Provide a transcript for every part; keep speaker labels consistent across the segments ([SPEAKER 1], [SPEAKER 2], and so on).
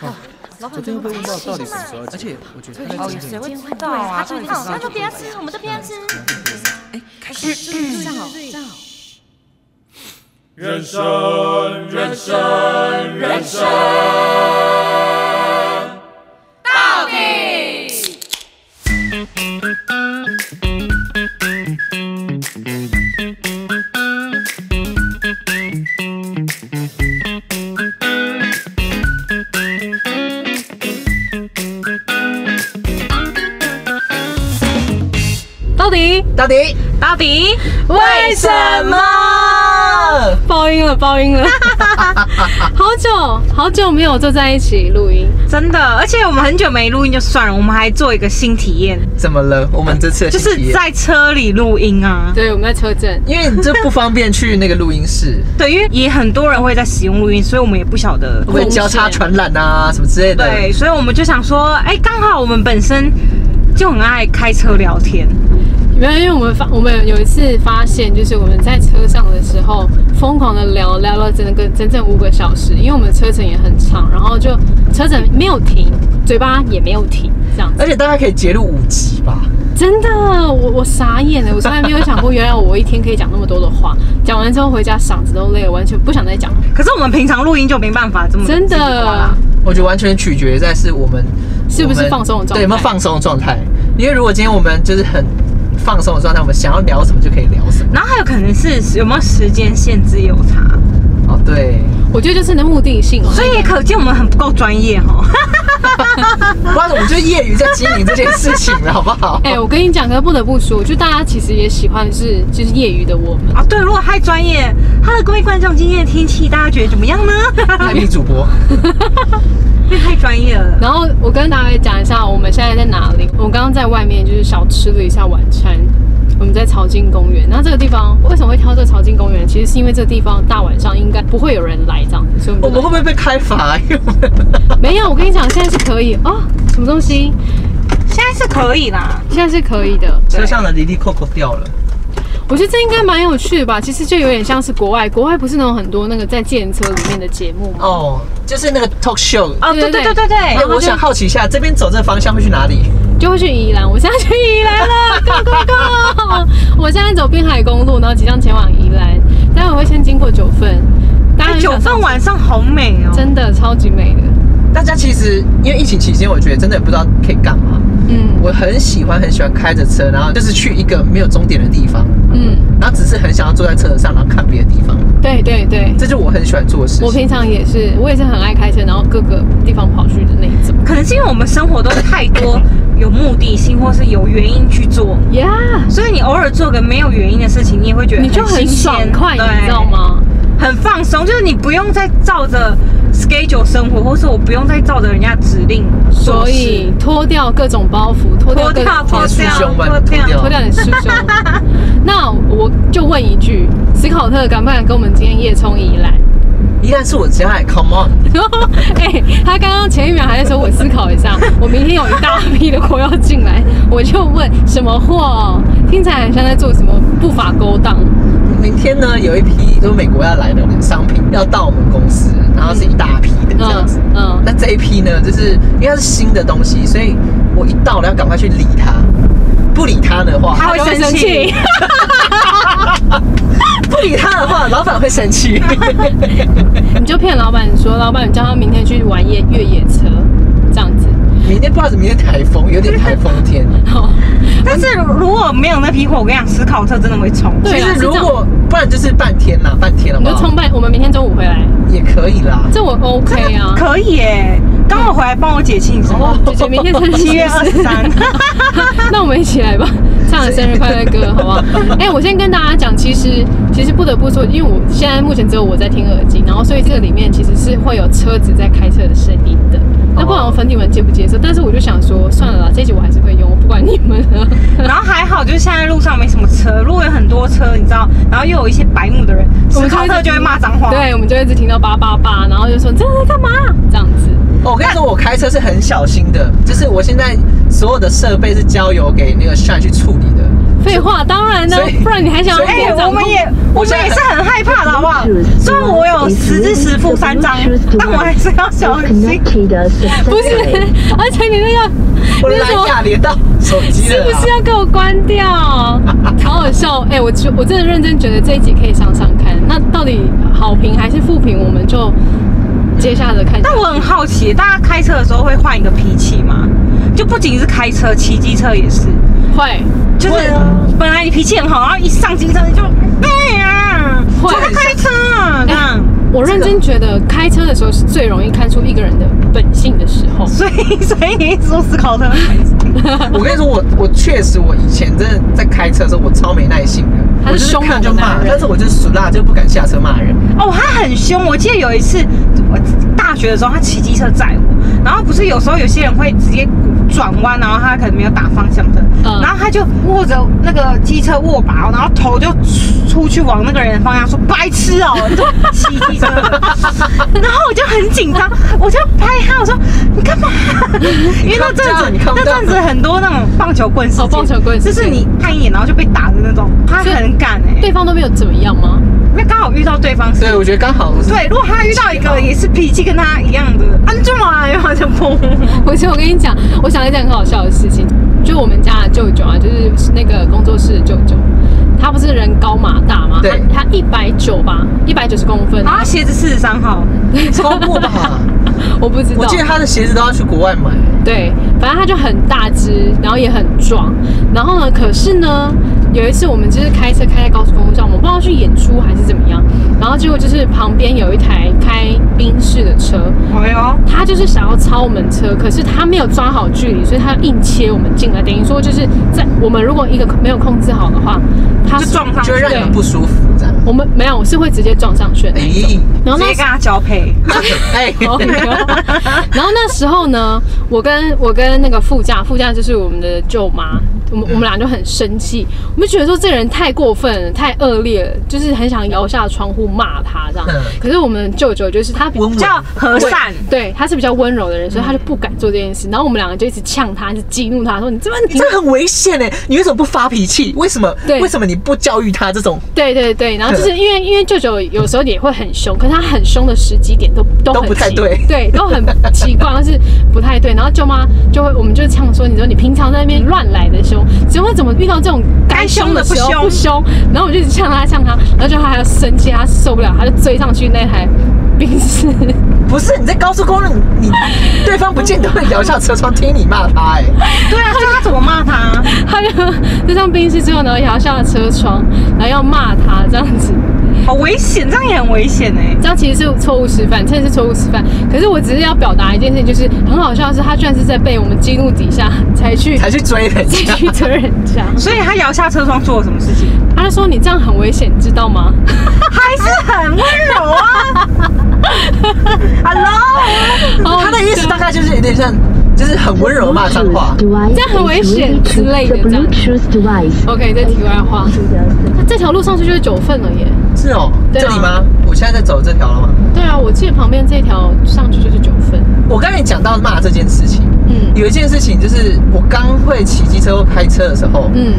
[SPEAKER 1] 啊，
[SPEAKER 2] 老
[SPEAKER 1] 昨
[SPEAKER 2] 板
[SPEAKER 1] 天
[SPEAKER 2] 怎
[SPEAKER 1] 又
[SPEAKER 2] 么
[SPEAKER 1] 被
[SPEAKER 2] 不
[SPEAKER 1] 问
[SPEAKER 2] 吃
[SPEAKER 1] 到到底
[SPEAKER 2] 呢
[SPEAKER 1] 什么时候要结，而且我觉得他
[SPEAKER 2] 哦
[SPEAKER 1] 在
[SPEAKER 2] 有
[SPEAKER 1] 真
[SPEAKER 2] 谁
[SPEAKER 1] 正
[SPEAKER 2] 会知
[SPEAKER 3] 对
[SPEAKER 2] 道啊？
[SPEAKER 3] 他出去
[SPEAKER 2] 到底
[SPEAKER 3] 好，
[SPEAKER 2] 是
[SPEAKER 3] 那就
[SPEAKER 2] 谁
[SPEAKER 3] 不要吃，我们就不要吃。
[SPEAKER 2] 这样哦，这样哦。
[SPEAKER 4] 人生，人生，人生。
[SPEAKER 5] 到底
[SPEAKER 6] 到底
[SPEAKER 5] 到底
[SPEAKER 6] 为什么？
[SPEAKER 5] 爆音了，爆 音了！好久好久没有坐在一起录音，
[SPEAKER 3] 真的，而且我们很久没录音就算了，我们还做一个新体验，
[SPEAKER 6] 怎么了？我们这次的
[SPEAKER 3] 就
[SPEAKER 6] 新体
[SPEAKER 3] 是
[SPEAKER 6] 验
[SPEAKER 3] 在车里录音啊。
[SPEAKER 5] 对，我们在车震。
[SPEAKER 6] 因为你这不方便去那个录音 室，
[SPEAKER 3] 对，因为也很多人会在使用录音，所以我们也不晓得。
[SPEAKER 6] 会交叉传染啊什么之类的。
[SPEAKER 3] 对，所以我们就想说，哎，刚好我们本身就很爱开车聊天，
[SPEAKER 5] 没有，因为我们发，我们有一次发现，就是我们在车上的时候疯狂的聊，聊了整个整整五个小时，因为我们车程也很长，然后就车程没有停，嘴巴也没有停，这样子。
[SPEAKER 6] 而且大家可以截录五集吧。
[SPEAKER 5] 真的，我我傻眼了，我从来没有想过，原来我一天可以讲那么多的话。讲完之后回家嗓子都累了，完全不想再讲。
[SPEAKER 3] 可是我们平常录音就没办法这么
[SPEAKER 5] 真
[SPEAKER 3] 叽里呱啦
[SPEAKER 5] 的，
[SPEAKER 6] 我觉得完全取决在是我们
[SPEAKER 5] 是不
[SPEAKER 6] 我
[SPEAKER 5] 是
[SPEAKER 6] 们
[SPEAKER 5] 放松的状态？
[SPEAKER 6] 对，有没有放松的状态？因为如果今天我们就是很放松的状态，我们想要聊什么就可以聊什么。
[SPEAKER 3] 然后还有可能是有没有时间限制有差，
[SPEAKER 6] 哦， 对，
[SPEAKER 5] 我觉得就是你的目的性哦。
[SPEAKER 3] 所以也可见我们很不够专业哈、哦。
[SPEAKER 6] 不然我们就业余在经营这件事 情了，好不好？
[SPEAKER 5] 哎、我跟你讲，可是不得不说，就大家其实也喜欢是就是业余的我们。
[SPEAKER 3] 啊，对，如果太专业，Hello，各位观众，今天的天气大家觉得怎么样 呢？
[SPEAKER 6] 艾米主播，
[SPEAKER 3] 因为太专业了。
[SPEAKER 5] 然后我跟大家讲一下我们现在在哪里。我刚刚在外面就是小吃了一下晚餐，我们在潮境公园。那这个地方为什么会挑这个潮境公园？其实是因为这个地方大晚上应该不会有人来这样子，所以
[SPEAKER 6] 我
[SPEAKER 5] 我们
[SPEAKER 6] 们
[SPEAKER 5] 就
[SPEAKER 6] 会
[SPEAKER 5] 来
[SPEAKER 6] 不会被开罚？因为我们
[SPEAKER 5] 没有。我跟你讲，现在是可以哦，什么东西？
[SPEAKER 3] 现在是可以啦，
[SPEAKER 5] 现在是可以的。
[SPEAKER 6] 车上的离离扣扣掉了。
[SPEAKER 5] 我觉得这应该蛮有趣的吧。其实就有点像是国外，国外不是那种很多那个在计程车里面的节目吗？
[SPEAKER 6] 哦，就是那个 talk show。
[SPEAKER 3] 哦，对对对对对
[SPEAKER 6] 哎，，我想好奇一下，这边走这个方向会去哪里？
[SPEAKER 5] 就会去宜兰。我现在去宜兰了，go go go！我现在走滨海公路，然后即将前往宜兰，待会会先经过九份。大家
[SPEAKER 3] 哎
[SPEAKER 5] 很想
[SPEAKER 3] 九份晚上好美哦，
[SPEAKER 5] 真的超级美的，
[SPEAKER 6] 大家其实因为疫情期间，我觉得真的也不知道可以干嘛。
[SPEAKER 5] 嗯
[SPEAKER 6] 我很喜欢很喜欢开着车，然后就是去一个没有终点的地方，
[SPEAKER 5] 嗯，
[SPEAKER 6] 然后只是很想要坐在车上，然后看别的地方。
[SPEAKER 5] 对对对。
[SPEAKER 6] 这就是我很喜欢做的事情。
[SPEAKER 5] 我平常也是，我也是很爱开车，然后各个地方跑去的那一种。
[SPEAKER 3] 可能是因为我们生活都太多有目的性或是有原因去做，
[SPEAKER 5] Yeah，
[SPEAKER 3] 所以你偶尔做个没有原因的事情，你也会觉得
[SPEAKER 5] 你就很
[SPEAKER 3] 新鲜
[SPEAKER 5] 爽快，你知道？吗？
[SPEAKER 3] 对很放松，就是你不用再照着 schedule 生活，或是我不用再照着人家指令做
[SPEAKER 5] 所
[SPEAKER 3] 事
[SPEAKER 5] 以脱掉各种包袱，脱掉
[SPEAKER 3] 脱
[SPEAKER 5] 各
[SPEAKER 3] 掉脱
[SPEAKER 6] 你的
[SPEAKER 3] 掉
[SPEAKER 6] 师兄们
[SPEAKER 3] 脱
[SPEAKER 6] 脱掉
[SPEAKER 3] 掉
[SPEAKER 5] 脱掉你师兄。那我就问一句，斯考特敢不敢跟我们今天夜冲宜兰？
[SPEAKER 6] 依然是我家哎，Come on！
[SPEAKER 5] 然后， 哎，他刚刚前一秒还在说，我思考一下，我明天有一大批的货要进来，我就问什么货，听起来很像在做什么不法勾当。嗯
[SPEAKER 6] 明天呢，有一批都是美国要来的商品要到我们公司，然后是一大批的这样子。
[SPEAKER 5] 嗯，
[SPEAKER 6] 那这一批呢，就是因为它是新的东西，所以我一到了要赶快去理它。不理它的话，
[SPEAKER 3] 他会生气。
[SPEAKER 6] 不理它的话，老板会生气。
[SPEAKER 5] 你就骗老板说，老板你叫他明天去玩夜越野车，这样子。
[SPEAKER 6] 明天不知道怎么，明天台风，有点台风天。
[SPEAKER 5] 好，
[SPEAKER 3] 但是如果没有那批货，我跟你讲，思考特真的会冲。
[SPEAKER 5] 对
[SPEAKER 6] 其
[SPEAKER 5] 啊
[SPEAKER 6] 实
[SPEAKER 5] 是这
[SPEAKER 6] 如
[SPEAKER 5] 样
[SPEAKER 6] 果不然就是半天啦，半天了
[SPEAKER 5] 你就
[SPEAKER 6] 嘛，
[SPEAKER 5] 冲半，我们明天中午回来，
[SPEAKER 6] 也可以啦。
[SPEAKER 5] 这我 OK 啊。
[SPEAKER 3] 可以耶！刚好回来帮我解庆生，
[SPEAKER 6] 哦
[SPEAKER 5] 姐姐明天生日
[SPEAKER 3] 七月二十 三。
[SPEAKER 5] 那我们一起来吧，唱个生日快乐歌，好不好？哎、我先跟大家讲，其实其实不得不说，因为我现在目前只有我在听耳机，然后所以这个里面其实是会有车子在开车的声音的。那不然我粉底们接不接受？但是我就想说，算了啦，这一集我还是会用，我不管你们了。
[SPEAKER 3] 然后还好，就是现在路上没什么车，如果有很多车，你知道，然后又有一些白目的人，
[SPEAKER 5] 我
[SPEAKER 3] 思
[SPEAKER 5] 们就
[SPEAKER 3] 考
[SPEAKER 5] 一直
[SPEAKER 3] 特就会骂脏话。，
[SPEAKER 5] 对，我们就一直听到叭叭叭，然后就说你这是在干嘛？这样子。
[SPEAKER 6] 哦我跟你说，我开车是很小心的，就是我现在所有的设备是交由给那个 Shine 去处理的。
[SPEAKER 5] 废话，当然呢
[SPEAKER 6] 所以，
[SPEAKER 5] 不然你还想
[SPEAKER 6] 所
[SPEAKER 5] 要
[SPEAKER 6] 以
[SPEAKER 3] 哎、
[SPEAKER 5] 我掌
[SPEAKER 3] 我
[SPEAKER 5] 控
[SPEAKER 3] 们？也我们也是很害怕的，好不好？虽然我有十至十负三张，但我还是要小心。
[SPEAKER 5] 不是，而且你那个，
[SPEAKER 6] 我
[SPEAKER 5] 你那
[SPEAKER 6] 蓝
[SPEAKER 5] 什么
[SPEAKER 6] 牙连到手机
[SPEAKER 5] 是
[SPEAKER 6] 了
[SPEAKER 5] 不
[SPEAKER 6] 啦，
[SPEAKER 5] 是要给我关掉？好好笑！哎、我就我真的认真觉得这一集可以上上看。那到底好评还是负评，我们就接下来看。
[SPEAKER 3] 但我很好奇，大家开车的时候会换一个脾气吗？就不仅是开车，骑机车也是，
[SPEAKER 5] 会
[SPEAKER 3] 就
[SPEAKER 6] 会
[SPEAKER 3] 是
[SPEAKER 6] 啊
[SPEAKER 3] 本来你脾气很好，然后一上机车你就哎呀，
[SPEAKER 5] 会
[SPEAKER 3] 我在开车啊这样，
[SPEAKER 5] 我认真觉得开车的时候是最容易看出一个人的本性的时候。
[SPEAKER 3] 所以 所以你一直说思考的，
[SPEAKER 5] 啊
[SPEAKER 6] 我跟你说，我我确实，我以前真的在开车的时候，我超没耐性的，
[SPEAKER 5] 他
[SPEAKER 6] 我
[SPEAKER 5] 是
[SPEAKER 6] 就是
[SPEAKER 5] 凶
[SPEAKER 6] 看
[SPEAKER 5] 猛的
[SPEAKER 6] 就
[SPEAKER 5] 男
[SPEAKER 6] 骂，
[SPEAKER 5] 人
[SPEAKER 6] 但是我就是俗辣，就不敢下车骂人。
[SPEAKER 3] 哦，他很凶。我记得有一次，我大学的时候，他骑机车载我，然后不是有时候有些人会直接转弯，然后他可能没有打方向灯，
[SPEAKER 5] 嗯
[SPEAKER 3] 然后他就握着那个机车握把，哦然后头就出去往那个人的方向说：“白痴哦、你都骑机车。” 然后我就很紧张，我就拍他，我说：“你干嘛？”因为那阵子
[SPEAKER 6] 你 calm down，你 calm down
[SPEAKER 3] 那阵子很多那种棒球棍事件，
[SPEAKER 5] 哦棒球棍事
[SPEAKER 3] 就
[SPEAKER 5] 件
[SPEAKER 3] 是你看一眼然后就被打的那种，他
[SPEAKER 5] 所以
[SPEAKER 3] 很敢哎、
[SPEAKER 5] 对方都没有怎么样吗？
[SPEAKER 3] 因为刚好遇到对方是
[SPEAKER 6] 对，我觉得刚好我是
[SPEAKER 5] 啊
[SPEAKER 3] 对，如果他遇到一个也是脾气跟他一样的，安住啊，然后就砰。
[SPEAKER 5] 我其实我跟你讲，我想了一件很好笑的事情，就我们家的舅舅啊，就是那个工作室的舅舅，他不是人高马大吗？
[SPEAKER 6] 对
[SPEAKER 5] 他一百九吧，一百九十公分，
[SPEAKER 3] 然后啊鞋子四十三号，
[SPEAKER 6] 超过吧？
[SPEAKER 5] 我不知道。
[SPEAKER 6] 我记得他的鞋子都要去国外买，
[SPEAKER 5] 对，反正他就很大只，然后也很壮。然后呢，可是呢，有一次我们就是开车开在高速公路上，我们不知道去演出还是怎么样，然后结果就是旁边有一台开宾士的车，
[SPEAKER 3] 哎呦，
[SPEAKER 5] 他就是想要超我们车，可是他没有抓好距离，所以他硬切我们进来，等于说就是在我们如果一个没有控制好的话，他
[SPEAKER 3] 就撞上去
[SPEAKER 6] 就会让你们不舒服这样。
[SPEAKER 5] 我们没有，我是会直接撞上去 的那一种。
[SPEAKER 6] 哎，
[SPEAKER 5] 然后
[SPEAKER 3] 直
[SPEAKER 5] 那
[SPEAKER 3] 接
[SPEAKER 5] 时
[SPEAKER 3] 跟他交配。
[SPEAKER 6] 哎，
[SPEAKER 5] 哦没有 然后那时候呢，我跟我跟那个副驾，副驾就是我们的舅妈，我们我们俩就很生气，我们觉得说这个人太过分了，太恶劣了，就是很想摇下窗户骂他这样
[SPEAKER 6] 嗯。
[SPEAKER 5] 可是我们舅舅就是他比
[SPEAKER 6] 温
[SPEAKER 3] 比
[SPEAKER 6] 文
[SPEAKER 3] 较和善，
[SPEAKER 5] 对，他是比较温柔的人，所以他就不敢做这件事。然后我们两个就一直呛他，一直激怒他，说你这么你
[SPEAKER 6] 这很危险哎！你为什么不发脾气？为什么？
[SPEAKER 5] 对
[SPEAKER 6] 为什么你不教育他这种？
[SPEAKER 5] 对对对，然后就是因为因为舅舅有时候也会很凶，可是他很凶的时机点都都
[SPEAKER 6] 都
[SPEAKER 5] 很
[SPEAKER 6] 不太
[SPEAKER 5] 奇
[SPEAKER 6] 对
[SPEAKER 5] 对，都很奇怪，就是不太对。然后舅妈就会我们就呛说，你说你平常在那边乱来的凶，结果怎么遇到这种该凶的时候
[SPEAKER 3] 该
[SPEAKER 5] 不
[SPEAKER 3] 凶的不
[SPEAKER 5] 凶？然后我就一直呛他呛他，然后就他还要生气，他受不了，他就追上去那台宾士。
[SPEAKER 6] 不是你在高速公路，你你对方不见得会摇下车窗听你骂他哎。
[SPEAKER 3] 对啊，所以他怎么骂他？
[SPEAKER 5] 他就就上冰室之后，然后摇下了车窗，然后要骂他这样子，
[SPEAKER 3] 好危险，这样也很危险哎。
[SPEAKER 5] 这样其实是错误示范，真的是错误示范。可是我只是要表达一件事情，就是很好笑的是，他居然是在被我们激怒底下才去
[SPEAKER 6] 才去追人
[SPEAKER 5] 才
[SPEAKER 6] 家。
[SPEAKER 5] 去责人家。
[SPEAKER 3] 所以他摇下车窗做了什么事情？
[SPEAKER 5] 他就说你这样很危险，知道吗？
[SPEAKER 3] 还是很温柔啊。Hello，
[SPEAKER 5] 他
[SPEAKER 6] 他的意思大概就是有点像，就是很温柔骂脏话。
[SPEAKER 5] 这样很危险之类的这样 OK，这题外 话，这条路上去就是九份了耶。
[SPEAKER 6] 是哦，
[SPEAKER 5] 对啊
[SPEAKER 6] 这里吗？我现在在走这条了吗？
[SPEAKER 5] 对啊，我记得旁边这条上去就是九份。
[SPEAKER 6] 我刚才讲到骂这件事情，
[SPEAKER 5] 嗯
[SPEAKER 6] 有一件事情就是我刚会骑机车或开车的时候，
[SPEAKER 5] 嗯，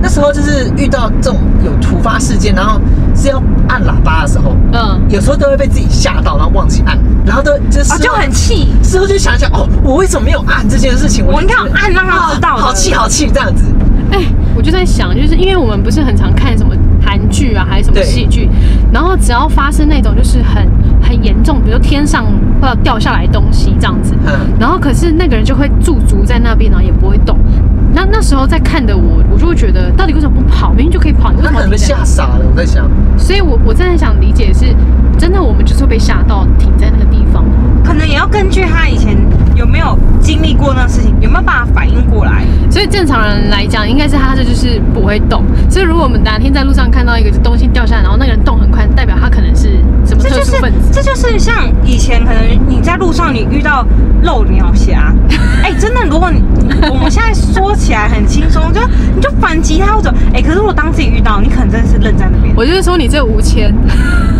[SPEAKER 6] 那时候就是遇到这种有突发事件，然后是要按喇叭的时候，
[SPEAKER 5] 嗯
[SPEAKER 6] 有时候都会被自己吓到，然后忘记按，然后都就是、
[SPEAKER 3] 啊，就很气。
[SPEAKER 6] 事后就想一想，哦，我为什么没有按这件事情？
[SPEAKER 3] 我应
[SPEAKER 6] 就
[SPEAKER 3] 该
[SPEAKER 6] 觉
[SPEAKER 3] 有
[SPEAKER 6] 得
[SPEAKER 3] 按让他知道
[SPEAKER 6] 啊
[SPEAKER 3] 的
[SPEAKER 6] 好气好气这样子。
[SPEAKER 5] 哎、我就在想，就是因为我们不是很常看什么韩剧啊，还是什么
[SPEAKER 6] 对
[SPEAKER 5] 戏剧，然后只要发生那种就是很很严重，比如说天上要掉下来东西这样子，
[SPEAKER 6] 嗯，
[SPEAKER 5] 然后可是那个人就会驻足在那边，然后也不会动。那那时候在看的我，我就会觉得，到底为什么不跑？明明就可以跑，你为
[SPEAKER 6] 那
[SPEAKER 5] 什
[SPEAKER 6] 可
[SPEAKER 5] 么
[SPEAKER 6] 能被
[SPEAKER 5] 停在
[SPEAKER 6] 吓傻了，我在想。
[SPEAKER 5] 那？所以我我真的想理解是，真的我们就是会被吓到停在那个地方。
[SPEAKER 3] 可能也要根据他以前有没有经历过那事情，有没有办法反应过来。
[SPEAKER 5] 所以正常人来讲，应该是他这就是不会动。所以如果我们哪天在路上看到一个东西掉下来，然后那个人动很快，代表他可能是什么
[SPEAKER 3] 这
[SPEAKER 5] 特
[SPEAKER 3] 就
[SPEAKER 5] 殊
[SPEAKER 3] 是
[SPEAKER 5] 分 子。
[SPEAKER 3] 这就是像以前可能你在路上你遇到漏鸟 侠，哎、真的，如果你我们现在说起来很轻松，就你就反击他或者哎、可是如果当自己遇到，你可能真的是愣在那 边。
[SPEAKER 5] 我就是说你这无钱，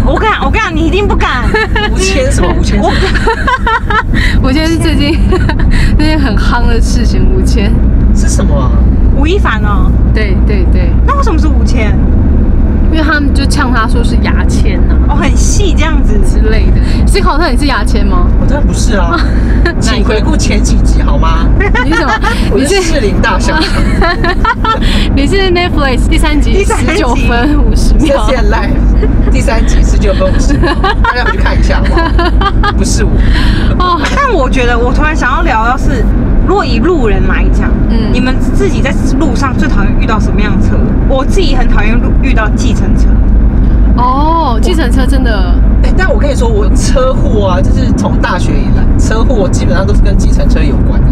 [SPEAKER 3] 我敢，我敢，你一定不敢。
[SPEAKER 6] 无签什么无签？
[SPEAKER 3] 我
[SPEAKER 5] 我现在是最近， 那些很夯的事情五千，
[SPEAKER 6] 是什么、啊？
[SPEAKER 3] 吴亦凡哦，
[SPEAKER 5] 对对对，
[SPEAKER 3] 那为什么是五千？
[SPEAKER 5] 因为他们就呛他说是牙签啊呐、
[SPEAKER 3] 哦，很细这样子。
[SPEAKER 5] 之类的。新考特也是牙 签吗？
[SPEAKER 6] 我真的不是啊，请回顾前几集好吗？
[SPEAKER 5] 你是什么？
[SPEAKER 6] 我
[SPEAKER 5] 你
[SPEAKER 6] 是
[SPEAKER 5] 是
[SPEAKER 6] 士林大 小姐，
[SPEAKER 5] 你是 Netflix 第三集
[SPEAKER 3] 第三
[SPEAKER 5] 十
[SPEAKER 3] 集
[SPEAKER 5] 九分五十
[SPEAKER 6] 这
[SPEAKER 5] 秒
[SPEAKER 6] 是，live 第三集十九分五十，大家回去看一下好不好？不是我，
[SPEAKER 5] 哦，
[SPEAKER 3] 但我觉得我突然想要聊，到是如果以路人来讲，嗯，
[SPEAKER 5] 嗯
[SPEAKER 3] 你们自己在路上最讨厌遇到什么样的车？我自己很讨厌路遇到计程车，
[SPEAKER 5] 哦，计程车真的，
[SPEAKER 6] 哎、但我跟你说，我车祸啊，就是从大学以来，车祸基本上都是跟计程车有关的。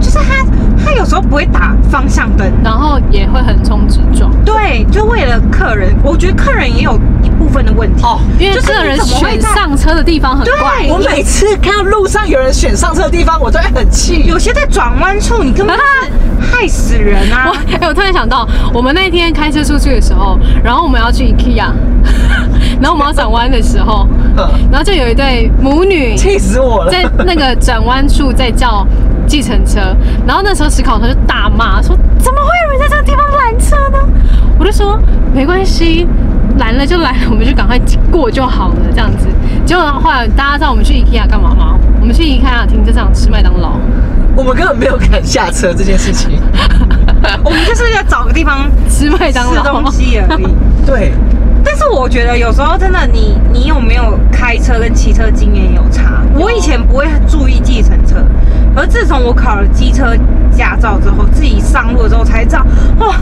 [SPEAKER 3] 就是他他有时候不会打方向灯，
[SPEAKER 5] 然后也会横冲直撞，
[SPEAKER 3] 对，就为了客人，我觉得客人也有一部分的问题。
[SPEAKER 6] 哦，
[SPEAKER 5] 因为
[SPEAKER 3] 就是
[SPEAKER 5] 个人
[SPEAKER 3] 你怎么会
[SPEAKER 5] 选
[SPEAKER 3] 在
[SPEAKER 5] 上车的地方很怪。
[SPEAKER 3] 对
[SPEAKER 6] 我每次看到路上有人选上车的地方，我都会很气
[SPEAKER 3] 有。些在转弯处，你根本
[SPEAKER 5] 啊
[SPEAKER 3] 就是害死人啊
[SPEAKER 5] 我！ 哎、我突然想到，我们那天开车出去的时候，然后我们要去 IKEA，然后我们要转弯的时候，
[SPEAKER 6] 嗯
[SPEAKER 5] 然后就有一对母女
[SPEAKER 6] 气死我了！
[SPEAKER 5] 在那个转弯处在叫计程车，然后那时候史考特就大骂说：“怎么会有人在这个地方拦车呢？”我就说：“没关系，拦了就拦了，我们就赶快过就好了，这样子。”结果后来大家知道我们去 IKEA 干嘛吗？我们去 IKEA 停车场吃麦当劳。
[SPEAKER 6] 我们根本没有敢下车这件事情。
[SPEAKER 3] 我们就是要找个地 方
[SPEAKER 5] 吃麦当
[SPEAKER 3] 吃
[SPEAKER 5] 劳
[SPEAKER 3] 东，西而 已。
[SPEAKER 6] 对，
[SPEAKER 3] 但是我觉得有时候真的你，你有没有开车跟骑车经验有差。我以前不会注意计程车，而自从我考了机车驾照之后，自己上路之后才知道，哇，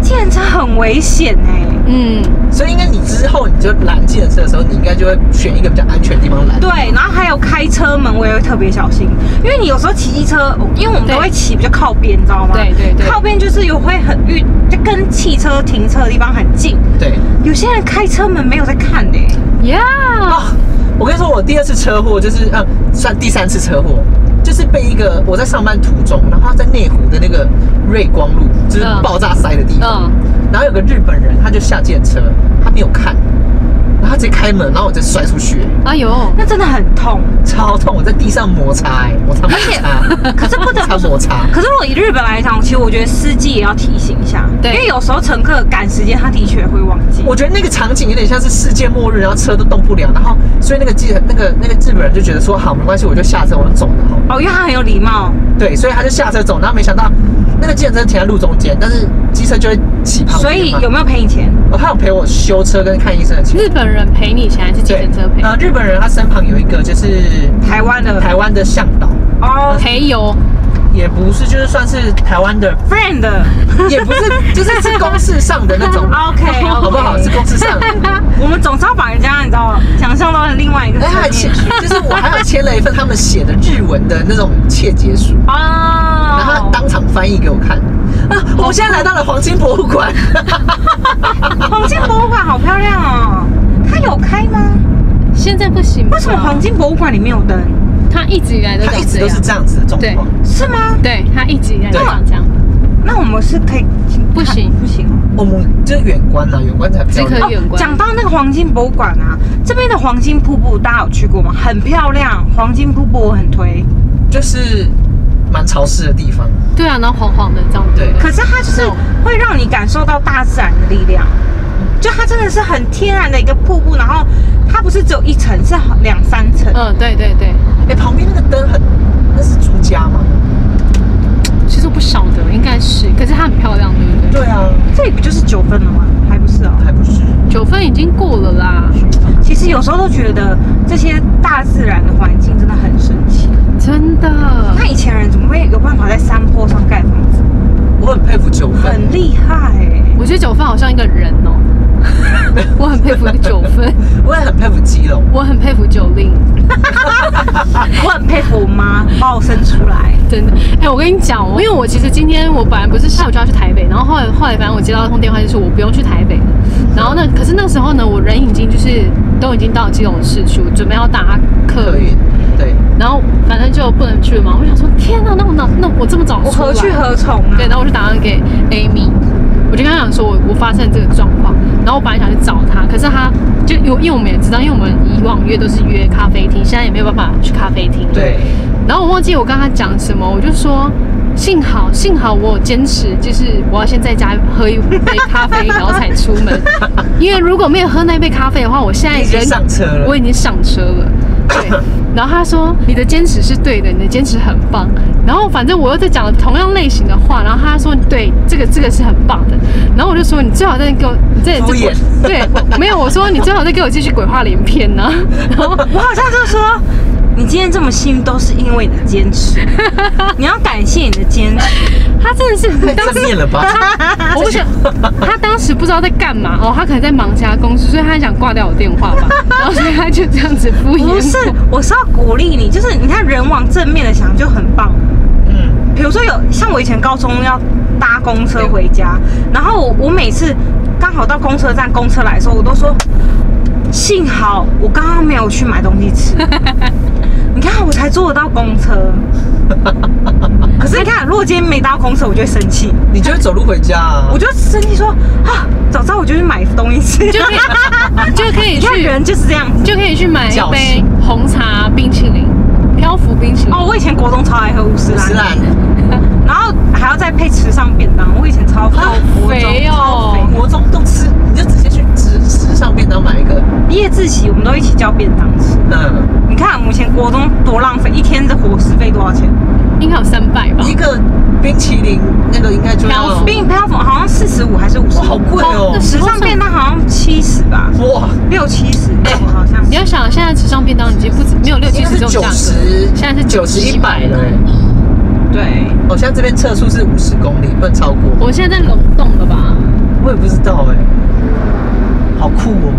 [SPEAKER 3] 计程车很危险哎、
[SPEAKER 5] 嗯，
[SPEAKER 6] 所以应该你之后你就拦计程车的时候，你应该就会选一个比较安全的地方拦。
[SPEAKER 3] 对，然后还有开车门，我也会特别小心，因为你有时候骑机车，因为我们都
[SPEAKER 5] 对
[SPEAKER 3] 会骑比较靠边，你知道吗？
[SPEAKER 5] 对对对
[SPEAKER 3] 靠边就是有会很遇，就跟汽车停车的地方很近。
[SPEAKER 6] 对，
[SPEAKER 3] 有些人开车门没有在看的、欸，
[SPEAKER 5] 呀、
[SPEAKER 6] 啊，我跟你说，我第二次车祸就是，嗯，算第三次车祸，就是被一个我在上班途中，然后他在内湖的那个瑞光路，就是
[SPEAKER 5] 嗯
[SPEAKER 6] 爆炸塞的地方，
[SPEAKER 5] 嗯，
[SPEAKER 6] 然后有个日本人，他就下电车，他没有看，然后他直接开门，然后我直接摔出去，
[SPEAKER 5] 哎呦，
[SPEAKER 3] 那真的很痛。
[SPEAKER 6] 超痛，我在地上摩擦、欸，摩擦摩擦，
[SPEAKER 3] 可是 不
[SPEAKER 6] 摩
[SPEAKER 3] 得
[SPEAKER 6] 擦
[SPEAKER 3] 不说
[SPEAKER 6] 摩擦，
[SPEAKER 3] 可是我以日本来讲，其实我觉得司机也要提醒一下，
[SPEAKER 5] 对
[SPEAKER 3] 因为有时候乘客赶时间，他的确会忘记。
[SPEAKER 6] 我觉得那个场景有点像是世界末日，然后车都动不了，然后所以那个记那个那个日本人就觉得说好没关系，我就下车我就走了好。
[SPEAKER 3] 哦，因为他很有礼貌，
[SPEAKER 6] 对，所以他就下车走，然后没想到那个计程车停在路中间，但是机车就会骑旁边嘛
[SPEAKER 3] 所以有没有赔你钱？
[SPEAKER 6] 哦他有陪我修车跟看医生的钱。
[SPEAKER 5] 日本人赔你钱还是计程车赔？
[SPEAKER 6] 呃，日本人他身旁有一个就是
[SPEAKER 3] 台湾的
[SPEAKER 6] 台湾的向导，
[SPEAKER 3] 哦
[SPEAKER 5] 赔油，
[SPEAKER 6] 也不是就是算是台湾的，
[SPEAKER 3] ，friend 的，
[SPEAKER 6] 也不是就是是公事上的那种
[SPEAKER 3] ，OK，
[SPEAKER 6] 好不好？是公事 上的。
[SPEAKER 3] 我们总是要把人家你知道想象到的另外一个
[SPEAKER 6] 哎，他还
[SPEAKER 3] 层
[SPEAKER 6] 签
[SPEAKER 3] 面，
[SPEAKER 6] 就是我还有签了一份他们写的日文的那种切结书，然后他
[SPEAKER 3] 哦，
[SPEAKER 6] 当场翻译给我看。啊，我们现在来到了黄金博物馆。
[SPEAKER 3] 黄金博物馆好漂亮哦，它有开吗？
[SPEAKER 5] 现在不行吧。
[SPEAKER 3] 为什么黄金博物馆里面有灯？
[SPEAKER 5] 他一直以来都
[SPEAKER 6] 他
[SPEAKER 5] 长
[SPEAKER 6] 一直都是
[SPEAKER 5] 样？
[SPEAKER 6] 这样子的状
[SPEAKER 5] 对
[SPEAKER 6] 况。
[SPEAKER 3] 是吗？
[SPEAKER 5] 对他一直以来都
[SPEAKER 6] 对
[SPEAKER 5] 长这样。
[SPEAKER 3] 那我们是可以进
[SPEAKER 5] 不
[SPEAKER 3] 看
[SPEAKER 5] 行
[SPEAKER 3] 不行哦。
[SPEAKER 6] 我们就是远观啊啦，远观才比较
[SPEAKER 5] 只可以远观
[SPEAKER 3] 讲到那个黄金博物馆啊，这边的黄金瀑布大家有去过吗？很漂亮，黄金瀑布我很推。
[SPEAKER 6] 就是蛮潮湿的地方。
[SPEAKER 5] 对啊，然后黄黄的这样子。
[SPEAKER 6] 对
[SPEAKER 3] 可是它就是会让你感受到大自然的力量，就它真的是很天然的一个瀑布，然后它不是只有一层，是两三层。
[SPEAKER 5] 嗯，对对对，
[SPEAKER 6] 哎、旁边那个灯很，那是朱家吗？
[SPEAKER 5] 其实我不晓得，应该是，可是它很漂亮，对不对？
[SPEAKER 6] 对啊，
[SPEAKER 3] 这里不就是九分了吗？还不是哦。
[SPEAKER 6] 还不是。
[SPEAKER 5] 九分已经过了啦，
[SPEAKER 3] 其实有时候都觉得这些大自然的环境真的很神奇。
[SPEAKER 5] 真的。
[SPEAKER 3] 那以前人怎么会有办法在山坡上盖房子？
[SPEAKER 6] 我很佩服九分，
[SPEAKER 3] 很厉害欸
[SPEAKER 5] 我觉得九分好像一个人哦， 我很佩服九分，
[SPEAKER 6] 我也很佩服基隆。
[SPEAKER 5] 我很佩服九令，
[SPEAKER 3] 我很佩服我妈把我生出来。
[SPEAKER 5] 真的。哎、我跟你讲哦，因为我其实今天我本来不是下午就要去台北，然后后来后来反正我接到一通电话，就是我不用去台北了。然后那可是那时候呢，我人已经就是都已经到基隆市区，我准备要搭客
[SPEAKER 6] 可以
[SPEAKER 5] 运，，
[SPEAKER 6] 对，
[SPEAKER 5] 然后反正就不能去了嘛。我想说，天哪，那我哪那我这么早
[SPEAKER 3] 我
[SPEAKER 5] 出
[SPEAKER 3] 何去
[SPEAKER 5] 来
[SPEAKER 3] 何从啊？
[SPEAKER 5] 对，然后我就打电话给 Amy，我就跟她讲说我我发生了这个状况，然后我本来想去找她，可是她就因为因为我们也知道，因为我们以往约都是约咖啡厅，现在也没有办法去咖啡厅。
[SPEAKER 6] 对。
[SPEAKER 5] 然后我忘记我跟他讲什么，我就说幸好幸好我有坚持，就是我要先在家喝一杯咖啡，然后才出门，因为如果没有喝那杯咖啡的话，我现在
[SPEAKER 6] 你已经
[SPEAKER 5] 人
[SPEAKER 6] 上车了
[SPEAKER 5] 我已经上车了。 对，然后他说你的坚持是对的，你的坚持很棒。然后反正我又在讲了同样类型的话，然后他说对，这个这个是很棒的。然后我就说你最好再给我，你这
[SPEAKER 6] 敷衍
[SPEAKER 5] 对，我没有我说你最好再给我继续鬼话连篇呢、 然后
[SPEAKER 3] 我好像就说，你今天这么幸运，都是因为你的坚持， 你要感谢你的坚持。
[SPEAKER 5] 他真的是
[SPEAKER 6] 太
[SPEAKER 5] 当时
[SPEAKER 6] 正面了吧？
[SPEAKER 5] 我不想，他当时不知道在干嘛哦，他可能在忙其他公司，所以他想挂掉我电话吧，然后所以他就这样子敷衍我。
[SPEAKER 3] 不是，我是要鼓励你，就是你看人往正面的想就很棒。
[SPEAKER 6] 嗯，
[SPEAKER 3] 比如说有像我以前高中要搭公车回家，然后我我每次刚好到公车站，公车来的时候，我都说幸好我刚刚没有去买东西 吃。你看我才坐得到公车，可是你看，如果今天没搭公车，我就会生气，
[SPEAKER 6] 你就会走路回家啊？
[SPEAKER 3] 我就生气说啊，早知道我就去买东西吃。
[SPEAKER 5] 就可以就可以
[SPEAKER 3] 你看
[SPEAKER 5] 去
[SPEAKER 3] 人就是这样子。
[SPEAKER 5] 就可以去买一杯红茶冰淇淋，漂浮冰淇淋。
[SPEAKER 3] 哦，我以前国中超爱喝五十
[SPEAKER 6] 斯
[SPEAKER 3] 兰，
[SPEAKER 6] 兰，
[SPEAKER 3] 然后还要再配吃上便当。我以前
[SPEAKER 6] 好
[SPEAKER 3] 超国中
[SPEAKER 5] 肥哦
[SPEAKER 3] 超肥
[SPEAKER 6] 国中都吃，你就直接去吃吃上便当买一个，
[SPEAKER 3] 夜自习我们都一起叫便当吃。
[SPEAKER 6] 嗯，
[SPEAKER 3] 你看我们以前国中多浪费，一天的伙食费多少钱？
[SPEAKER 6] 哦
[SPEAKER 5] 应该有三百吧。
[SPEAKER 6] 一个冰淇淋那个应该就
[SPEAKER 5] 漂
[SPEAKER 6] 要
[SPEAKER 5] 浮
[SPEAKER 3] 冰漂粉好像四十五还是五十？
[SPEAKER 6] 哇好贵哦
[SPEAKER 5] 那
[SPEAKER 3] 时
[SPEAKER 5] 时
[SPEAKER 3] 尚
[SPEAKER 5] 尚
[SPEAKER 3] 便
[SPEAKER 5] 便
[SPEAKER 3] 当好像七十吧，
[SPEAKER 6] 哇，
[SPEAKER 3] 六七十，
[SPEAKER 6] 哎
[SPEAKER 3] 我好像
[SPEAKER 5] 你
[SPEAKER 3] 是。
[SPEAKER 5] 要想，现在时尚便当已经不止没有六七
[SPEAKER 6] 现在
[SPEAKER 5] 十
[SPEAKER 6] 是
[SPEAKER 5] 这种
[SPEAKER 6] 九
[SPEAKER 5] 价 格，
[SPEAKER 6] 十，
[SPEAKER 5] 现在是
[SPEAKER 6] 九十
[SPEAKER 5] 90
[SPEAKER 6] 一百了欸。
[SPEAKER 3] 对，
[SPEAKER 6] 好像这边测速是五十公里，不能超过。
[SPEAKER 5] 我们现在在龙洞了吧？
[SPEAKER 6] 我也不知道哎、好酷哦！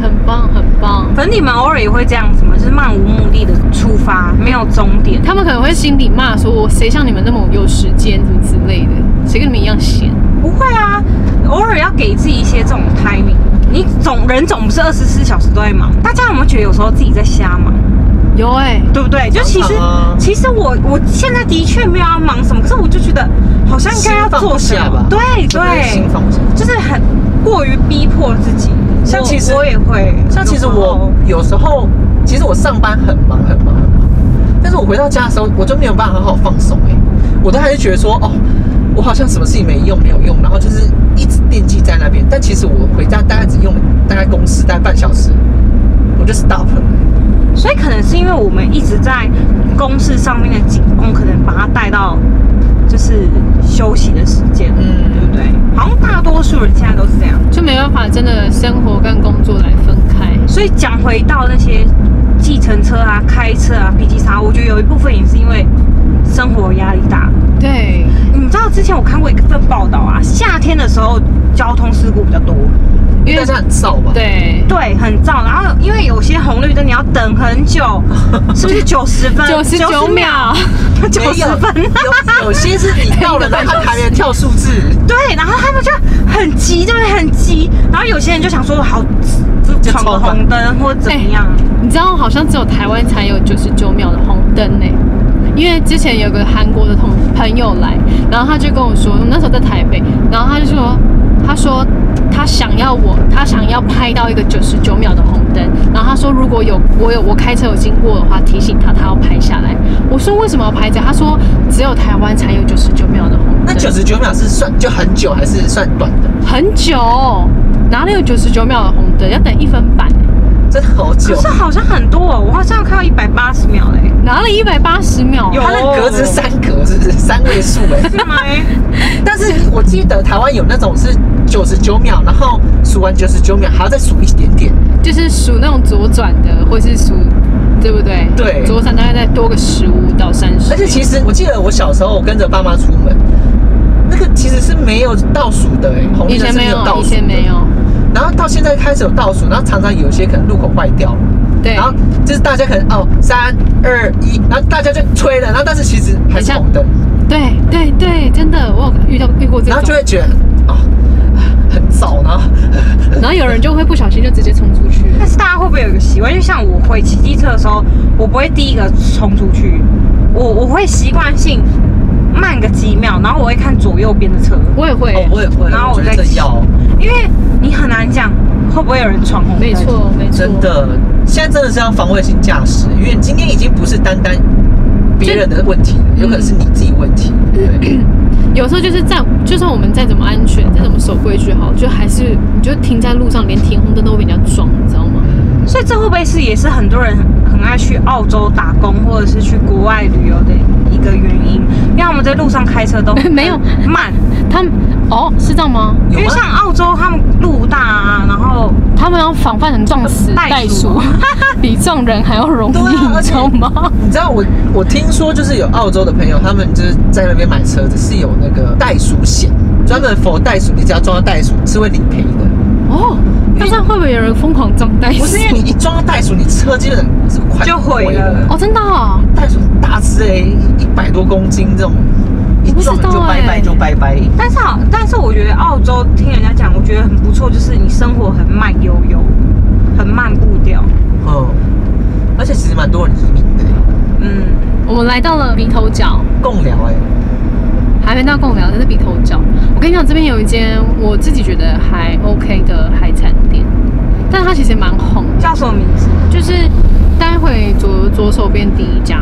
[SPEAKER 5] 很棒，很棒。
[SPEAKER 3] 反正你们偶尔也会这样子嘛，就是漫无目的的出发，没有终点。
[SPEAKER 5] 他们可能会心里骂说：“我谁像你们那么有时间，什么之类的，谁跟你们一样闲
[SPEAKER 3] 不会啊，偶尔要给自己一些这种 timing。你总人总不是二十四小时都在忙，大家有没有觉得有时候自己在瞎忙？？”
[SPEAKER 5] 有哎、
[SPEAKER 3] 对不对？就其实
[SPEAKER 6] 常常啊，
[SPEAKER 3] 其实我我现在的确没有要忙什么，可是我就觉得好像应该要做什
[SPEAKER 6] 心放不下
[SPEAKER 3] 么
[SPEAKER 6] 吧，
[SPEAKER 3] 对
[SPEAKER 6] 真的是
[SPEAKER 3] 对
[SPEAKER 6] 心，放不下。
[SPEAKER 3] 就是很过于逼迫自己。
[SPEAKER 6] 像
[SPEAKER 3] 我
[SPEAKER 6] 其实
[SPEAKER 3] 我也会，
[SPEAKER 6] 像其实
[SPEAKER 3] 有时候
[SPEAKER 6] 我有时候，其实我上班很忙很忙很忙，但是我回到家的时候，我就没有办法好好放松哎、我都还是觉得说哦，我好像什么事情没用没有用，然后就是一直惦记在那边。但其实我回家大概只用了大概公司大概半小时，我就 stop 了、
[SPEAKER 3] 所以可能是因为我们一直在公事上面的紧绷，可能把它带到就是休息的时间，
[SPEAKER 6] 嗯
[SPEAKER 3] 对不对？好像大多数人现在都是这样。
[SPEAKER 5] 就没办法，真的生活跟工作来分开。
[SPEAKER 3] 所以讲回到那些计程车啊、开车啊、脾气差，我觉得有一部分也是因为生活压力大。
[SPEAKER 5] 对，
[SPEAKER 3] 你知道之前我看过一份报道啊，夏天的时候交通事故比较多，
[SPEAKER 6] 因为大家很燥吧？，
[SPEAKER 5] 对，
[SPEAKER 3] 对，很燥。然后因为有些红绿灯你要等很久，是不是九十分？
[SPEAKER 5] 九十九秒，
[SPEAKER 3] 90，九
[SPEAKER 6] 没
[SPEAKER 3] 十
[SPEAKER 6] 有
[SPEAKER 3] 分。
[SPEAKER 6] 有有些是你到了，然后他还没跳数字，
[SPEAKER 3] 对，然后他们就很急，真的很急。然后有些人就想说，好，就闯个红灯或者怎么样。
[SPEAKER 5] 你知道，好像只有台湾才有九十九秒的红灯呢、因为之前有个韩国的同朋友来，然后他就跟我说，我们那时候在台北，然后他就说，他说他想要我，他想要拍到一个九十九秒的红灯，然后他说如果有我有我开车有经过的话，提醒他他要拍下来。我说为什么要拍这个？他说只有台湾才有九十九秒的红灯，
[SPEAKER 6] 那九十九秒是算就很久还是算短的？
[SPEAKER 5] 很久，哦哪里有九十九秒的红灯？要等一分半、
[SPEAKER 6] 真的好久
[SPEAKER 3] 可。是好像很多、哦，我好像有看到一百八十秒嘞、
[SPEAKER 5] 哪里一百八十秒？
[SPEAKER 3] 有
[SPEAKER 6] 它的格子是三格，是不是三位数？哎，
[SPEAKER 3] 是吗？
[SPEAKER 6] 但是我记得台湾有那种是九十九秒，然后数完九十九秒还要再数一点点。
[SPEAKER 5] 就是数那种左转的，或是数，对不对？
[SPEAKER 6] 对
[SPEAKER 5] 左转大概再多个十五到三十。
[SPEAKER 6] 而且其实我记得我小时候我跟着爸妈出门，那个其实是没有倒数的，哎，红
[SPEAKER 5] 以
[SPEAKER 6] 绿灯
[SPEAKER 5] 前
[SPEAKER 6] 是
[SPEAKER 5] 没
[SPEAKER 6] 没有
[SPEAKER 5] 有，
[SPEAKER 6] 倒
[SPEAKER 5] 以
[SPEAKER 6] 数的
[SPEAKER 5] 前没。有，
[SPEAKER 6] 然后到现在开始有倒数，然后常常有些可能路口坏掉了。
[SPEAKER 5] 对
[SPEAKER 6] 然，后就是大家可能哦三二一，然后大家就吹了，然后但是其实还是红灯，
[SPEAKER 5] 对对对，真的，我有遇到遇过这
[SPEAKER 6] 然后，
[SPEAKER 5] 种
[SPEAKER 6] 就会觉得哦很燥，然后哦
[SPEAKER 5] 然后有人就会不小心就直接冲出去了
[SPEAKER 3] 但是大家会不会有一个习惯？就像我会骑机车的时候，我不会第一个冲出去，我我会习惯性慢个几秒，然后我会看左右边的车，
[SPEAKER 5] 我也会
[SPEAKER 6] 哦，我也会，
[SPEAKER 3] 然后我
[SPEAKER 6] 我觉
[SPEAKER 3] 再
[SPEAKER 6] 得
[SPEAKER 3] 骑
[SPEAKER 6] 要。
[SPEAKER 3] 因为你很难讲会不会有人闯红灯。
[SPEAKER 5] 没错没错，
[SPEAKER 6] 真的，现在真的是要防卫性驾驶，因为今天已经不是单单别人的问题的，有可能是你自己问题。对，
[SPEAKER 5] 有时候就是在，就算我们再怎么安全，再怎么守规矩好，就还是你就停在路上，连停红灯都被人家撞，你知道吗？
[SPEAKER 3] 所以这会不会是也是很多人很爱去澳洲打工或者是去国外旅游的一个原因？因为我们在路上开车都
[SPEAKER 5] 没有
[SPEAKER 3] 很慢，
[SPEAKER 5] 他们哦，是这样吗？
[SPEAKER 3] 因
[SPEAKER 6] 有
[SPEAKER 3] 为
[SPEAKER 6] 吗？
[SPEAKER 3] 像澳洲他们路大啊，然后
[SPEAKER 5] 他们要防范成撞死
[SPEAKER 3] 袋
[SPEAKER 5] 袋
[SPEAKER 3] 鼠
[SPEAKER 5] 鼠， 比撞人还要容易，
[SPEAKER 6] 对啊
[SPEAKER 5] 你知道吗？
[SPEAKER 6] 你知道我我听说就是有澳洲的朋友，他们就是在那边买车子是有那个袋鼠险，专门否袋鼠，你只要撞到袋鼠是会理赔的。
[SPEAKER 5] 哦，那这样会不会有人疯狂撞袋鼠
[SPEAKER 6] 不？是因为你一撞到袋鼠，你车基本上是快
[SPEAKER 3] 就毁了
[SPEAKER 5] 哦，真的哦、
[SPEAKER 6] 袋鼠很大只哎、一百多公斤这种，一撞
[SPEAKER 5] 我不知
[SPEAKER 6] 就
[SPEAKER 5] 道
[SPEAKER 6] 拜
[SPEAKER 5] 欸
[SPEAKER 6] 拜就拜拜。
[SPEAKER 3] 但是好，但是我觉得澳洲听人家讲，我觉得很不错，就是你生活很慢悠悠，很慢步调。
[SPEAKER 6] 嗯，而且其实蛮多人移民的、欸，
[SPEAKER 3] 嗯，
[SPEAKER 5] 我们来到了鼻头角，
[SPEAKER 6] 共聊哎、
[SPEAKER 5] 还没到贡寮，但是鼻头角。我跟你讲，这边有一间我自己觉得还 OK 的海产店，但它其实蛮红的，
[SPEAKER 3] 叫什么名字？
[SPEAKER 5] 就是待会左左手边第一家。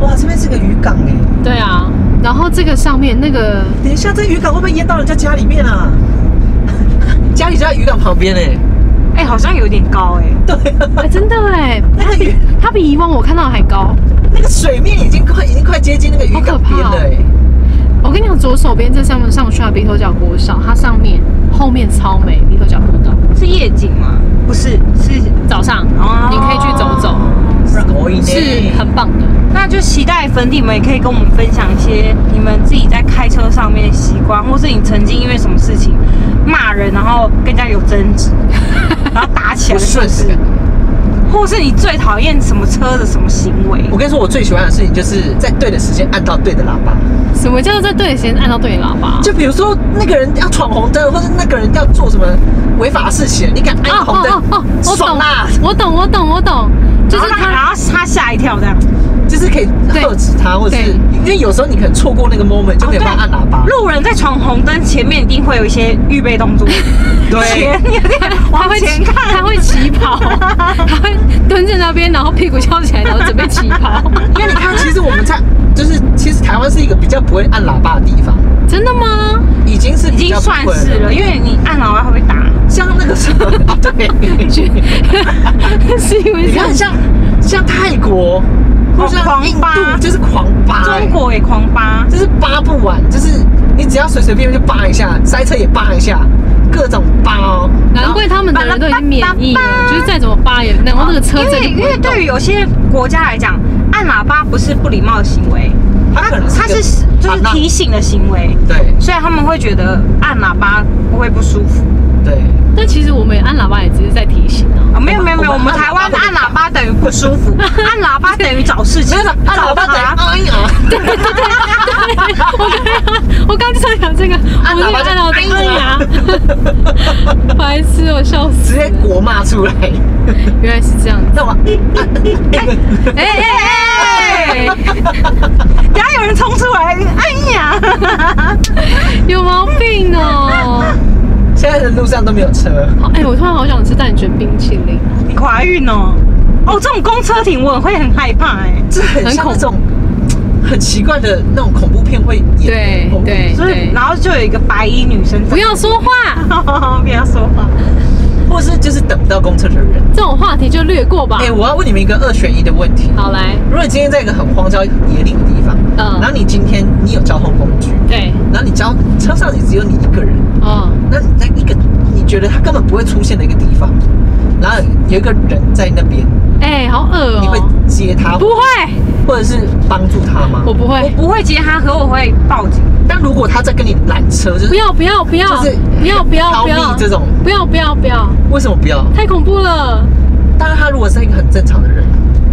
[SPEAKER 6] 哇，这边是个渔港哎、
[SPEAKER 5] 对啊，然后这个上面那个
[SPEAKER 6] 等一下这渔港会不会淹到人家家里面啊？ 家里就在渔港旁边哎、
[SPEAKER 3] 哎、好像有点高哎、
[SPEAKER 6] 对、啊，
[SPEAKER 5] 哎、真的哎，
[SPEAKER 6] 那个 渔
[SPEAKER 5] 它比以往我看到的还高。
[SPEAKER 6] 那个水面已经快已经快接近那个渔港边了哎、
[SPEAKER 5] 我跟你讲，左手边这上面上去的啊鼻头角国小，它上面后面超美，鼻头角步道。
[SPEAKER 3] 是夜景吗？不是，是
[SPEAKER 5] 早上
[SPEAKER 3] 哦
[SPEAKER 5] 你可以去走走，
[SPEAKER 6] 是可以呢
[SPEAKER 5] 是很棒的。
[SPEAKER 3] 那就期待粉底们也可以跟我们分享一些你们自己在开车上面的习惯，或是你曾经因为什么事情骂人，然后跟人家有争 执，然后打起来
[SPEAKER 6] 不
[SPEAKER 3] 的故
[SPEAKER 6] 顺
[SPEAKER 3] 事，
[SPEAKER 6] 的感觉。
[SPEAKER 3] 或是你最讨厌什么车的什么行为。
[SPEAKER 6] 我跟你说，我最喜欢的事情就是在对的时间按到对的喇叭。
[SPEAKER 5] 什么叫做在对的时间按到对的喇叭？
[SPEAKER 6] 就比如说那个人要闯红灯，或者那个人要做什么违法的事情，你敢
[SPEAKER 5] 啊
[SPEAKER 6] 按红灯，
[SPEAKER 5] 哦我
[SPEAKER 6] 爽啊
[SPEAKER 5] 懂
[SPEAKER 6] 啦！
[SPEAKER 5] 我懂，我懂，我懂，就
[SPEAKER 3] 然
[SPEAKER 5] 是
[SPEAKER 3] 后让然
[SPEAKER 5] 他，
[SPEAKER 3] 后他吓一跳这样。
[SPEAKER 6] 就是可以喝止他，或者是
[SPEAKER 5] 对
[SPEAKER 6] 因为有时候你可能错过那个 moment 就没有办法按喇叭。
[SPEAKER 3] 路人在闯红灯前面一定会有一些预备动作，
[SPEAKER 6] 对
[SPEAKER 3] 前有点
[SPEAKER 5] 他
[SPEAKER 3] 往
[SPEAKER 5] 会
[SPEAKER 3] 前看，
[SPEAKER 5] 他会起跑，他会蹲在那边，然后屁股翘起来，然后准备起跑。
[SPEAKER 6] 因为你看，其实我们在就是其实台湾是一个比较不会按喇叭的地方，
[SPEAKER 5] 真的吗？
[SPEAKER 6] 已经是比
[SPEAKER 3] 已经
[SPEAKER 6] 较不
[SPEAKER 3] 算
[SPEAKER 6] 会
[SPEAKER 3] 是了，
[SPEAKER 6] 了。
[SPEAKER 3] 因为你按喇叭会被打。
[SPEAKER 6] 像那个时候，对，
[SPEAKER 5] 是因为
[SPEAKER 6] 你
[SPEAKER 5] 这样
[SPEAKER 6] 看像像泰国，或者像印
[SPEAKER 3] 狂扒
[SPEAKER 6] 度，就是狂扒、欸
[SPEAKER 3] 中国也狂扒，
[SPEAKER 6] 就是扒不完，就是你只要随随便便就扒一下，塞车也扒一下，各种扒哦。
[SPEAKER 5] 难怪他们的人都已经免疫了，就是再怎么扒也，然后那个车
[SPEAKER 3] 因
[SPEAKER 5] 子
[SPEAKER 3] 为因为对于有些国家来讲，按喇叭不是不礼貌的行为，
[SPEAKER 6] 他可能
[SPEAKER 3] 它
[SPEAKER 6] 个
[SPEAKER 3] 是就
[SPEAKER 6] 啊
[SPEAKER 3] 是
[SPEAKER 6] 那
[SPEAKER 3] 提醒的行为，
[SPEAKER 6] 对
[SPEAKER 3] 所以他们会觉得按喇叭不会不舒服
[SPEAKER 6] 对，
[SPEAKER 5] 但其实我们按喇叭也只是在提醒
[SPEAKER 3] 啊。
[SPEAKER 5] 啊。
[SPEAKER 3] 没有没有没有，我
[SPEAKER 6] 我们
[SPEAKER 3] 们台湾
[SPEAKER 6] 我们
[SPEAKER 3] 按喇叭等于不 舒服，按喇叭等于找事情
[SPEAKER 6] 没有，按
[SPEAKER 3] 找
[SPEAKER 6] 喇叭等于
[SPEAKER 3] 茬
[SPEAKER 6] 哎呀，
[SPEAKER 5] 我刚刚就想讲这个，我
[SPEAKER 6] 按
[SPEAKER 5] 们
[SPEAKER 6] 喇
[SPEAKER 5] 这个
[SPEAKER 6] 叭就
[SPEAKER 5] 按到
[SPEAKER 6] 哎
[SPEAKER 5] 对
[SPEAKER 6] 呀
[SPEAKER 5] 呀，
[SPEAKER 3] 啊
[SPEAKER 5] 白痴哦，笑
[SPEAKER 6] 直
[SPEAKER 5] 死！
[SPEAKER 6] 接国骂出来，
[SPEAKER 5] 原来是这样子，
[SPEAKER 6] 那我
[SPEAKER 5] 哎哎哎哎，
[SPEAKER 3] 等下有人冲出来，哎呀！
[SPEAKER 5] 有毛病哦！
[SPEAKER 6] 现在的路上都没有车，
[SPEAKER 5] 好哎、我突然好想吃蛋卷冰淇淋，
[SPEAKER 3] 你怀孕哦？哦，这种公车停我也会很害怕哎、
[SPEAKER 6] 这很像那种很奇怪的那种恐怖片会演的恐怖片，
[SPEAKER 5] 对
[SPEAKER 3] 所以然后就有一个白衣女生，
[SPEAKER 5] 不要说话，
[SPEAKER 3] 不要说话，
[SPEAKER 6] 或是就是等不到公车的人。
[SPEAKER 5] 这种话题就略过吧。
[SPEAKER 6] 哎，我要问你们一个二选一的问题。
[SPEAKER 5] 好来，
[SPEAKER 6] 如果你今天在一个很荒郊野岭的地方，
[SPEAKER 5] 嗯
[SPEAKER 6] 然后你今天你有交通工具，
[SPEAKER 5] 对，
[SPEAKER 6] 然后你交车上你只有你一个人，
[SPEAKER 5] 嗯，
[SPEAKER 6] 那在一个你觉得他根本不会出现的一个地方，然后有一个人在那边，
[SPEAKER 5] 哎、好恶
[SPEAKER 6] 你会
[SPEAKER 5] 哦、
[SPEAKER 6] 接他，
[SPEAKER 5] 不会，
[SPEAKER 6] 或者是帮助他吗
[SPEAKER 5] 我？不
[SPEAKER 3] 我
[SPEAKER 5] 会，
[SPEAKER 3] 不会接他，可我会报警。
[SPEAKER 6] 但如果他在跟你拦车，就是
[SPEAKER 5] 不要不要不要
[SPEAKER 6] 就是
[SPEAKER 5] 不要不要
[SPEAKER 6] 逃
[SPEAKER 5] 不
[SPEAKER 6] 避
[SPEAKER 5] 要
[SPEAKER 6] 这种，
[SPEAKER 5] 不要不要不要，
[SPEAKER 6] 为什么不要？
[SPEAKER 5] 太恐怖了！
[SPEAKER 6] 当然，他如果是一个很正常的人，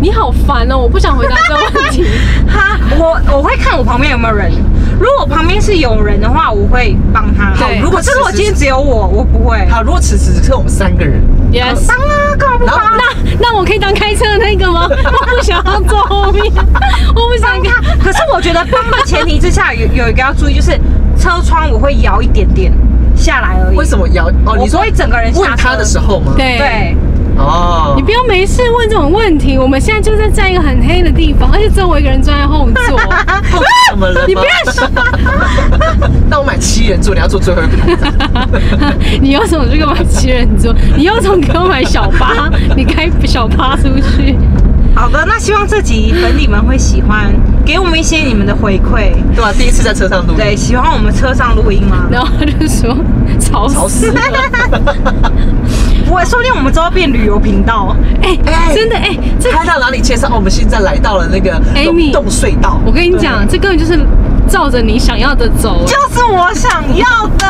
[SPEAKER 5] 你好烦哦，我不想回答这个 问题。
[SPEAKER 3] 哈，我我会看我旁边有没有人，如果我旁边是有人的话，我会帮他。
[SPEAKER 5] 对
[SPEAKER 3] 好如果
[SPEAKER 6] 可是
[SPEAKER 3] 是如果今天只有我，我不会。
[SPEAKER 6] 好，如果此时此刻我们三个人，
[SPEAKER 5] yes，
[SPEAKER 3] 帮啊，干嘛不
[SPEAKER 6] 然后
[SPEAKER 3] 帮？
[SPEAKER 5] 那那我可以当开车的那个吗？ 我不想要坐后面，我不想看。
[SPEAKER 3] 可是我觉得帮的前提之下，有有一个要注意，就是车窗我会摇一点点下来而已。
[SPEAKER 6] 为什么要？哦，
[SPEAKER 3] 我
[SPEAKER 6] 你
[SPEAKER 3] 不
[SPEAKER 6] 说
[SPEAKER 3] 会整个人下
[SPEAKER 6] 问他
[SPEAKER 3] 车
[SPEAKER 6] 的时候吗？，
[SPEAKER 5] 对
[SPEAKER 3] 对，
[SPEAKER 6] 哦，
[SPEAKER 5] 你不要没事问这种问题。我们现在就在在一个很黑的地方，而且只有我一个人坐在后座。
[SPEAKER 3] 啊
[SPEAKER 6] 碰什哦么了吗？
[SPEAKER 5] 你不要说，
[SPEAKER 6] 那我买七人座，你要坐最后一排。
[SPEAKER 5] 你有种就给我买七人座，你有种给我买小巴，你开小巴出去。
[SPEAKER 3] 好的，那希望这集粉底们会喜欢，给我们一些你们的回馈。
[SPEAKER 6] 对吧？第一次在车上录，
[SPEAKER 3] 对，，喜欢我们车上录音吗？
[SPEAKER 5] 然后他就说吵
[SPEAKER 6] 吵
[SPEAKER 5] 死
[SPEAKER 6] 死
[SPEAKER 5] 了。
[SPEAKER 6] 了。
[SPEAKER 3] 我说不定我们之后变旅游频道。
[SPEAKER 5] 哎、
[SPEAKER 6] 哎
[SPEAKER 5] 真的哎、这
[SPEAKER 6] 开到哪里介绍？哦我们现在来到了那个
[SPEAKER 5] Amy
[SPEAKER 6] 龙洞隧道。
[SPEAKER 5] 我跟你讲，这根本就是照着你想要的走。
[SPEAKER 3] 就是我想要的，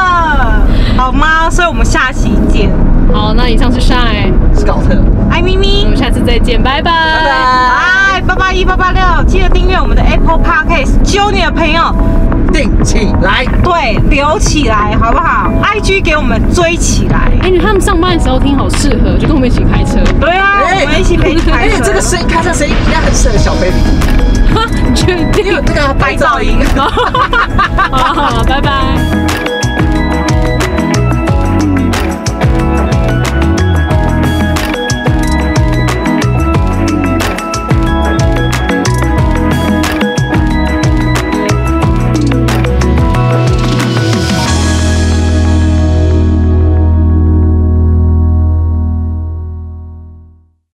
[SPEAKER 3] 好吗？所以我们下期见，
[SPEAKER 5] 好，那以上是 Shine，
[SPEAKER 6] 是高特，
[SPEAKER 3] 爱咪咪
[SPEAKER 5] 我，们下次再见，拜
[SPEAKER 6] 拜拜。
[SPEAKER 3] 拜八八一八八六，记得订阅我们的 Apple Podcast，揪你的朋友，
[SPEAKER 6] 定起来，
[SPEAKER 3] 对，留起来好不好？IG 给我们追起来，
[SPEAKER 5] 哎、你他们上班的时候听好适合，就跟我们一起开车。
[SPEAKER 3] 对啊，
[SPEAKER 6] 哎
[SPEAKER 3] 我们一起陪你开
[SPEAKER 6] 而且
[SPEAKER 3] 车
[SPEAKER 6] 哎这个声音开车声音应该很适合小 baby，
[SPEAKER 5] 哈，确
[SPEAKER 6] 因
[SPEAKER 5] 定
[SPEAKER 6] 为？这个白噪音。
[SPEAKER 5] 好好，好拜拜。